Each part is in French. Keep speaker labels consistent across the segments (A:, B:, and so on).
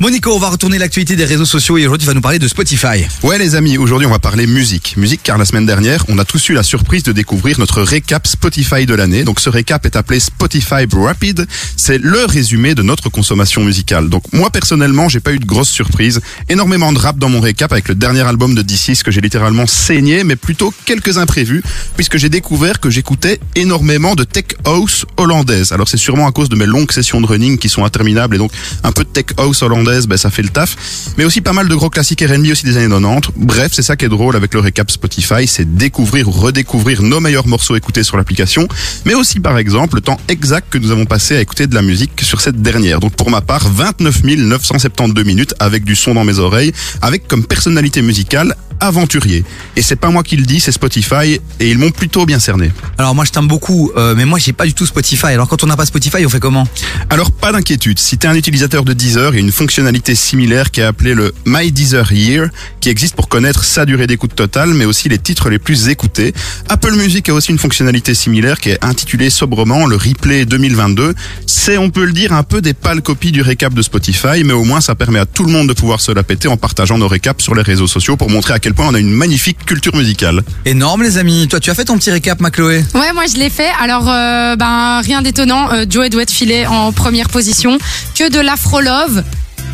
A: Monico, on va retourner l'actualité des réseaux sociaux et aujourd'hui tu vas nous parler de Spotify.
B: Ouais les amis, aujourd'hui on va parler musique. Musique car la semaine dernière, on a tous eu la surprise de découvrir notre récap Spotify de l'année. Donc ce récap est appelé Spotify Rapid. C'est le résumé de notre consommation musicale. Donc moi personnellement, j'ai pas eu de grosse surprise. Énormément de rap dans mon récap avec le dernier album de D6 que j'ai littéralement saigné, mais plutôt quelques imprévus puisque j'ai découvert que j'écoutais énormément de tech house hollandaise. Alors c'est sûrement à cause de mes longues sessions de running qui sont interminables et donc un peu de tech house hollandaise, ben, ça fait le taf. Mais aussi pas mal de gros classiques R&B aussi des années 90. Bref, c'est ça qui est drôle avec le récap Spotify, c'est découvrir ou redécouvrir nos meilleurs morceaux écoutés sur l'application, mais aussi par exemple le temps exact que nous avons passé à écouter de la musique sur cette dernière. Donc pour ma part, 29 972 minutes avec du son dans mes oreilles, avec comme personnalité musicale aventurier. Et c'est pas moi qui le dis, c'est Spotify et ils m'ont plutôt bien cerné.
A: Alors moi je t'aime beaucoup, euh, mais moi j'ai pas du tout Spotify. Alors quand on n'a pas Spotify, on fait comment
B: Alors pas d'inquiétude, si t'es un utilisateur de Deezer, il y a une fonctionnalité similaire qui est appelée le My Deezer Year, qui existe pour connaître sa durée d'écoute totale, mais aussi les titres les plus écoutés. Apple Music a aussi une fonctionnalité similaire qui est intitulée sobrement le Replay 2022. C'est, on peut le dire, un peu des pâles copies du récap de Spotify, mais au moins ça permet à tout le monde de pouvoir se la péter en partageant nos récaps sur les réseaux sociaux pour montrer à quel point on a une magnifique culture musicale.
A: Énorme les amis. Toi tu as fait ton petit récap, ma Chloé
C: Ouais, moi je l'ai fait. Alors, euh, ben, rien d'étonnant. Euh, Joe doit être filé en première position. Que de l'afro love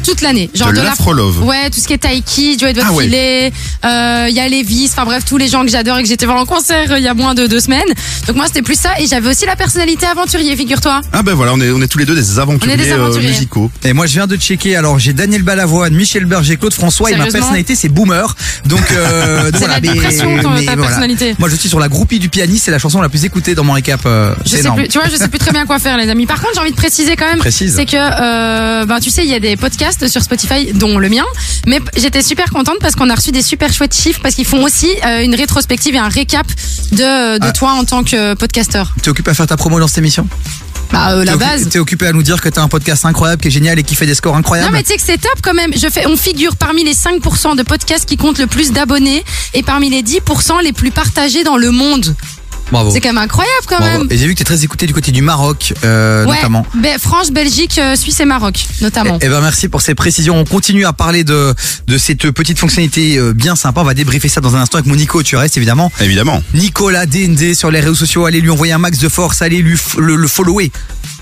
C: toute l'année. Genre
B: De
C: l'afro-
B: l'afro-love.
C: Ouais, tout ce qui est Taiki, Joe doit
B: Ah
C: être
B: ouais.
C: filé. Euh, Il y a Levis. Enfin bref, tous les gens que j'adore et que j'étais voir en concert euh, il y a moins de deux semaines. Donc moi c'était plus ça et j'avais aussi la personnalité aventurier, figure-toi.
B: Ah ben voilà, on est, on est tous les deux des aventuriers,
C: On est des
B: euh,
C: aventuriers.
B: musicaux.
A: Et moi je viens de checker, alors j'ai Daniel Balavoine, Michel Berger, Claude François et ma
C: Sérieusement
A: personnalité c'est Boomer. Donc, euh, donc
C: C'est la dépression, ton- ta personnalité.
A: Moi je suis sur la groupie du pianiste, c'est la chanson la plus écoutée dans mon récap. euh,
C: Je
A: c'est
C: sais
A: énorme.
C: plus, tu vois, je sais plus très bien quoi faire, les amis. Par contre, j'ai envie de préciser quand même,
A: Précise.
C: c'est que, euh, ben, tu sais, il y a des podcasts sur Spotify, dont le mien. Mais p- j'étais super contente parce qu'on a reçu des super chouettes chiffres parce qu'ils font aussi euh, une rétrospective et un récap de, de
A: Ah.
C: toi en tant que euh, podcasteur.
A: T'es occupé à faire ta promo dans cette émission
C: Bah, euh, la
A: T'es occu-
C: base.
A: T'es occupé à nous dire que t'as un podcast incroyable qui est génial et qui fait des scores incroyables
C: Non mais tu sais que c'est top quand même. Je fais, on figure parmi les 5% de podcasts qui comptent le plus d'abonnés et parmi les 10% les plus partagés dans le monde.
A: Bravo.
C: C'est quand même incroyable quand
A: Bravo.
C: même.
A: Et j'ai vu que t'es très écouté du côté du Maroc, euh,
C: ouais.
A: notamment.
C: Be- France, Belgique, euh, Suisse et Maroc notamment.
A: Eh ben merci pour ces précisions. On continue à parler de de cette petite fonctionnalité euh, bien sympa. On va débriefer ça dans un instant avec mon Nico. Tu restes évidemment.
B: Évidemment.
A: Nicolas DND sur les réseaux sociaux. Allez lui envoyer un max de force. Allez lui f- le, le follower.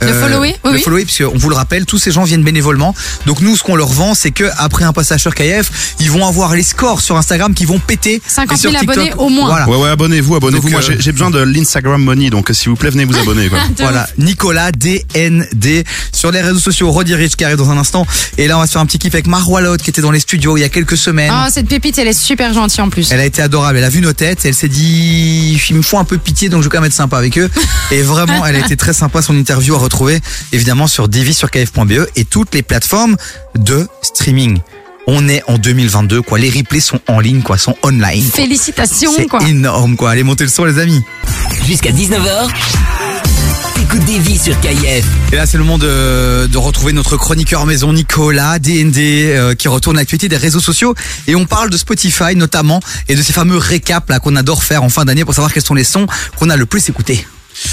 A: Euh,
C: Le follower, oui,
A: le
C: oui.
A: follower, parce qu'on vous le rappelle, tous ces gens viennent bénévolement. Donc nous, ce qu'on leur vend, c'est que après un passage sur KF, ils vont avoir les scores sur Instagram qui vont péter.
C: 50
A: Et sur
C: 000
A: TikTok,
C: abonnés au moins.
A: Voilà.
B: Ouais ouais, abonnez-vous, abonnez-vous.
A: Ah. Donc,
B: Moi
A: euh,
B: j'ai- j'ai besoin de l'Instagram money, donc euh, s'il vous plaît venez vous abonner. Quoi.
C: De
A: Voilà, Nicolas DND sur les réseaux sociaux, Roddy Rich qui arrive dans un instant. Et là, on va se faire un petit kiff avec Marwalot qui était dans les studios il y a quelques semaines.
C: Ah, cette pépite, elle est super gentille en plus.
A: Elle a été adorable, elle a vu nos têtes, elle s'est dit il me faut un peu pitié donc je vais quand même être sympa avec eux. Et vraiment, elle a été très sympa. Son interview à retrouver évidemment sur Divi sur kf.be E et toutes les plateformes de streaming. On est en 2022 quoi, les replays sont en ligne quoi, sont online.
C: Félicitations,
A: C'est
C: quoi.
A: énorme quoi. Allez monter le son les amis.
D: Jusqu'à 19h, t'écoutes des vies sur KIF.
A: Et là, c'est le moment de, de retrouver notre chroniqueur maison Nicolas DND euh, qui retourne l'actualité des réseaux sociaux et on parle de Spotify notamment et de ces fameux récaps là qu'on adore faire en fin d'année pour savoir quels sont les sons qu'on a le plus écoutés.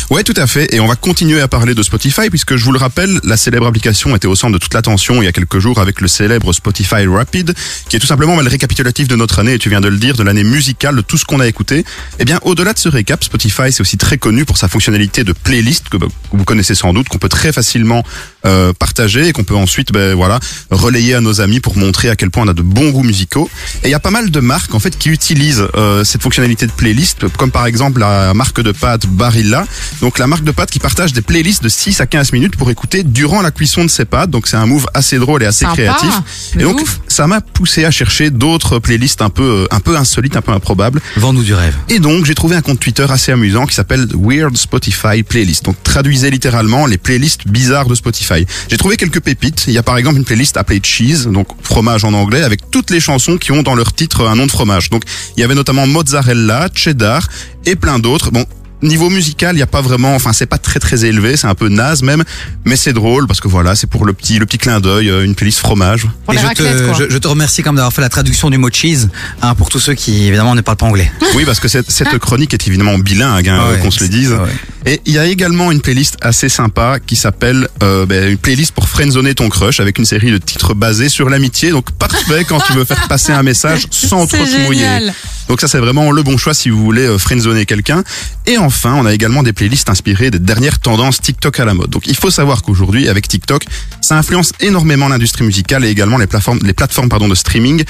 B: Ouais, tout à fait. Et on va continuer à parler de Spotify puisque je vous le rappelle, la célèbre application était au centre de toute l'attention il y a quelques jours avec le célèbre Spotify Rapid, qui est tout simplement bah, le récapitulatif de notre année. Et tu viens de le dire, de l'année musicale, de tout ce qu'on a écouté. Eh bien, au-delà de ce récap, Spotify c'est aussi très connu pour sa fonctionnalité de playlist que, bah, que vous connaissez sans doute, qu'on peut très facilement euh, partager et qu'on peut ensuite, ben voilà, relayer à nos amis pour montrer à quel point on a de bons goûts musicaux. Et il y a pas mal de marques en fait qui utilisent euh, cette fonctionnalité de playlist, comme par exemple la marque de pâtes Barilla. Donc la marque de pâtes qui partage des playlists de 6 à 15 minutes pour écouter durant la cuisson de ses pâtes. Donc c'est un move assez drôle et assez
C: Sympa.
B: créatif.
C: Mais
B: Et donc
C: ouf.
B: ça m'a poussé à chercher d'autres playlists un peu, un peu insolites, un peu improbables.
A: Vends-nous du rêve.
B: Et donc, j'ai trouvé un compte Twitter assez amusant qui s'appelle Weird Spotify Playlist. Donc, traduisez littéralement les playlists bizarres de Spotify. J'ai trouvé quelques pépites. Il y a par exemple une playlist appelée Cheese, donc fromage en anglais, avec toutes les chansons qui ont dans leur titre un nom de fromage. Donc, il y avait notamment Mozzarella, Cheddar et plein d'autres. Bon, niveau musical, il y a pas vraiment, enfin c'est pas très très élevé, c'est un peu naze même, mais c'est drôle parce que voilà, c'est pour le petit le petit clin d'œil, euh, une playlist fromage.
C: Pour
A: Et
C: la
A: je,
C: raclette,
A: te,
C: quoi.
A: je, je te remercie quand même d'avoir fait la traduction du mot cheese hein, pour tous ceux qui évidemment ne parlent pas anglais.
B: Oui, parce que cette, cette
C: Ah.
B: chronique est évidemment bilingue, hein,
A: Ah ouais,
B: qu'on se le dise.
A: ah ouais.
B: Et il y a également une playlist assez sympa qui s'appelle euh, ben, une playlist pour friendzoner ton crush avec une série de titres basés sur l'amitié. Donc parfait quand tu veux faire passer un message sans
C: C'est
B: trop te mouiller.
C: génial.
B: Donc ça c'est vraiment le bon choix si vous voulez euh, friendzoner quelqu'un. Et enfin, on a également des playlists inspirées des dernières tendances TikTok à la mode. Donc il faut savoir qu'aujourd'hui avec TikTok, ça influence énormément l'industrie musicale et également les plateformes, les plateformes pardon, de streaming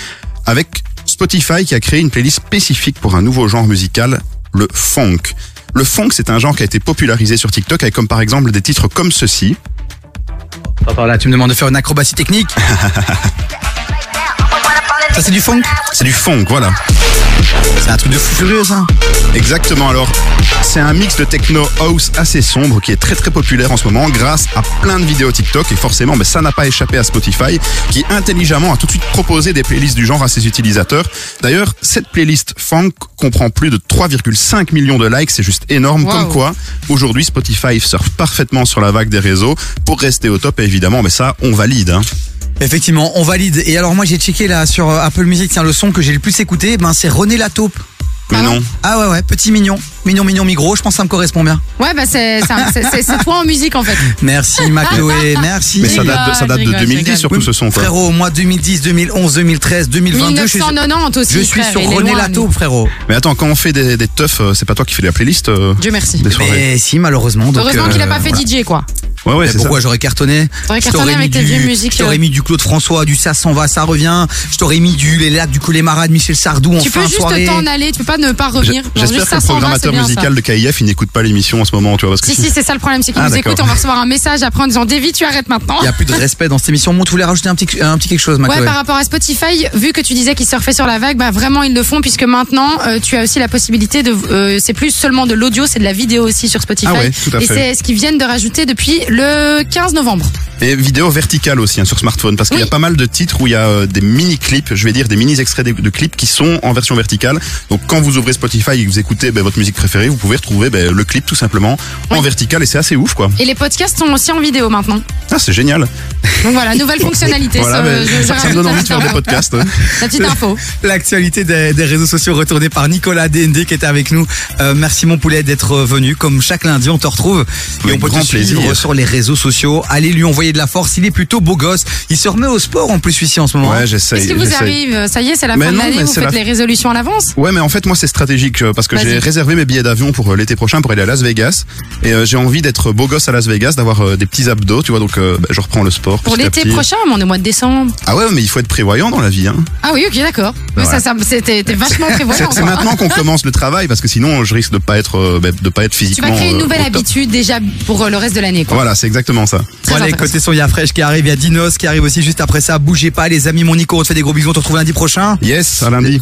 B: avec Spotify qui a créé une playlist spécifique pour un nouveau genre musical, le funk. Le funk, c'est un genre qui a été popularisé sur TikTok avec comme par exemple des titres comme ceci.
A: Attends, là, tu me demandes de faire une acrobatie technique. ça, c'est du funk
B: C'est du funk, voilà.
A: C'est un truc de fou furieux, ça.
B: Exactement. Alors, c'est un mix de techno house assez sombre qui est très très populaire en ce moment grâce à plein de vidéos TikTok et forcément, ben, ça n'a pas échappé à Spotify qui intelligemment a tout de suite proposé des playlists du genre à ses utilisateurs. D'ailleurs, cette playlist funk comprend plus de 3,5 millions de likes, c'est juste énorme.
C: Wow.
B: Comme quoi, aujourd'hui, Spotify surfe parfaitement sur la vague des réseaux pour rester au top. Et évidemment, mais ça, on valide. hein.
A: Effectivement, on valide. Et alors, moi, j'ai checké là sur euh, Apple Music, tiens, le son que j'ai le plus écouté, ben, c'est René Lataupe.
B: Mais
C: Ah
B: non.
A: Ah ouais, ouais, petit mignon. Mignon, mignon, migros, je pense que ça me correspond bien.
C: Ouais, bah c'est c'est un- c'est- c'est- c'est toi en musique en fait.
A: Merci, ma Chloé, merci.
B: Mais ça
C: rigole,
B: date de, ça date
C: je
B: de
C: rigole, je
B: 2010
C: rigole.
B: surtout ce son. quoi.
A: Frérot, moi, 2010, 2011, 2013, 2022, je suis,
C: 1990 aussi.
A: je suis
C: frère,
A: sur
C: il est
A: René
C: loin, lui.
A: Lataupe, frérot.
B: Mais attends, quand on fait des, des teufs, euh, c'est pas toi qui fais la playlist euh,
C: Dieu merci.
B: des soirées.
A: Mais si, malheureusement. donc,
C: Heureusement qu'il a
A: euh,
C: pas fait
A: voilà.
C: DJ quoi.
B: Ouais, ouais,
A: Mais
B: c'est ça.
A: pourquoi j'aurais cartonné
C: T'aurais
A: Je
C: cartonné
A: t'aurais
C: avec
A: mis
C: tes
A: du-
C: vieilles musiques,
A: Je t'aurais
C: euh.
A: mis du Claude François, du Ça s'en va, ça revient. Je t'aurais mis du Les Lacs du Connemara de Michel Sardou en
C: tu
A: fin
C: peux
A: de
C: juste
A: soirée.
C: t'en aller, tu peux pas ne pas
B: J'-
C: revenir. Genre,
B: J'espère
C: juste
B: que le
C: 520, c'est
B: programmateur
C: bien, ça.
B: musical de KIF, il n'écoute pas l'émission en ce moment, tu vois, parce que
C: Si, si, c'est ça le problème, c'est qu'il
B: Ah,
C: nous
B: d'accord.
C: écoute, on va recevoir un message après en disant Davy, tu arrêtes maintenant.
A: Il n'y a plus de respect dans cette émission. Moi, tu voulais rajouter un petit, un petit quelque chose, ma
C: Ouais, bah,
A: Chloé.
C: par rapport à Spotify, vu que tu disais qu'ils surfaient sur la vague, bah vraiment ils le font puisque maintenant euh, tu as aussi la possibilité de, euh, c'est plus seulement de l'audio, c'est de la vidéo aussi sur Spotify.
B: Ah ouais, tout à
C: Et
B: fait.
C: c'est ce qu'ils viennent de rajouter depuis le 15 novembre.
B: Et vidéo verticale aussi hein, sur smartphone, parce qu'il y a
C: Oui.
B: pas mal de titres où il y a euh, des mini-clips, je vais dire des mini-extraits de, de clips qui sont en version verticale. Donc quand vous ouvrez Spotify et que vous écoutez ben, votre musique préférée, vous pouvez retrouver ben, le clip tout simplement en
C: Oui.
B: verticale et c'est assez ouf quoi.
C: Et les podcasts sont aussi en vidéo maintenant.
B: Ah, c'est génial.
C: Donc voilà, nouvelle fonctionnalité.
B: Voilà,
C: ça,
B: ben,
C: euh, je- je
B: ça, me
C: rajoute
B: donne
C: la
B: envie de
C: petite
B: faire des
C: info.
B: podcasts. hein.
C: La petite info.
A: L'actualité des, des réseaux sociaux retournée par Nicolas DND qui était avec nous. Euh, merci mon poulet d'être venu. Comme chaque lundi, on te retrouve. Et
B: Avec
A: on peut
B: grand
A: te suivre
B: plaisir.
A: sur les réseaux sociaux. Allez lui envoyer de la force. Il est plutôt beau gosse. Il se remet au sport en plus ici en ce moment.
B: Ouais, j'essaye.
C: Qu'est-ce qui vous
B: j'essaye.
C: arrive Ça y est, c'est la
B: Mais
C: fin de
B: non,
C: l'année,
B: mais
C: vous
B: c'est
C: faites
B: la-
C: les résolutions à l'avance
B: Ouais, mais en fait, moi, c'est stratégique euh, parce que
C: Vas-y.
B: j'ai réservé mes billets d'avion pour euh, l'été prochain pour aller à Las Vegas. Et euh, j'ai envie d'être beau gosse à Las Vegas, d'avoir euh, des petits abdos, tu vois. Donc, euh, bah, je reprends le sport.
C: Pour
B: petit à
C: l'été
B: petit.
C: prochain, mais on est au mois de décembre.
B: Ah ouais, mais il faut être prévoyant dans la vie. Hein.
C: Ah oui, ok, d'accord. Mais
B: Voilà.
C: ça, ça, c'était t'es vachement prévoyant.
B: C'est
C: quoi.
B: maintenant qu'on commence le travail parce que sinon, je risque de pas être, euh, bah, de pas être
C: Tu
B: physiquement.
C: vas créer une
B: euh,
C: nouvelle
B: au top.
C: habitude déjà pour euh, le reste de l'année, quoi.
B: Voilà, c'est exactement ça.
C: Très
A: Bon, allez,
C: intéressant.
A: côté son, il y a Fresh qui arrive, il y a Dinos qui arrive aussi juste après ça. Bougez pas, les amis. Mon Nico, on te fait des gros bisous. On te retrouve lundi prochain.
B: Yes, à lundi.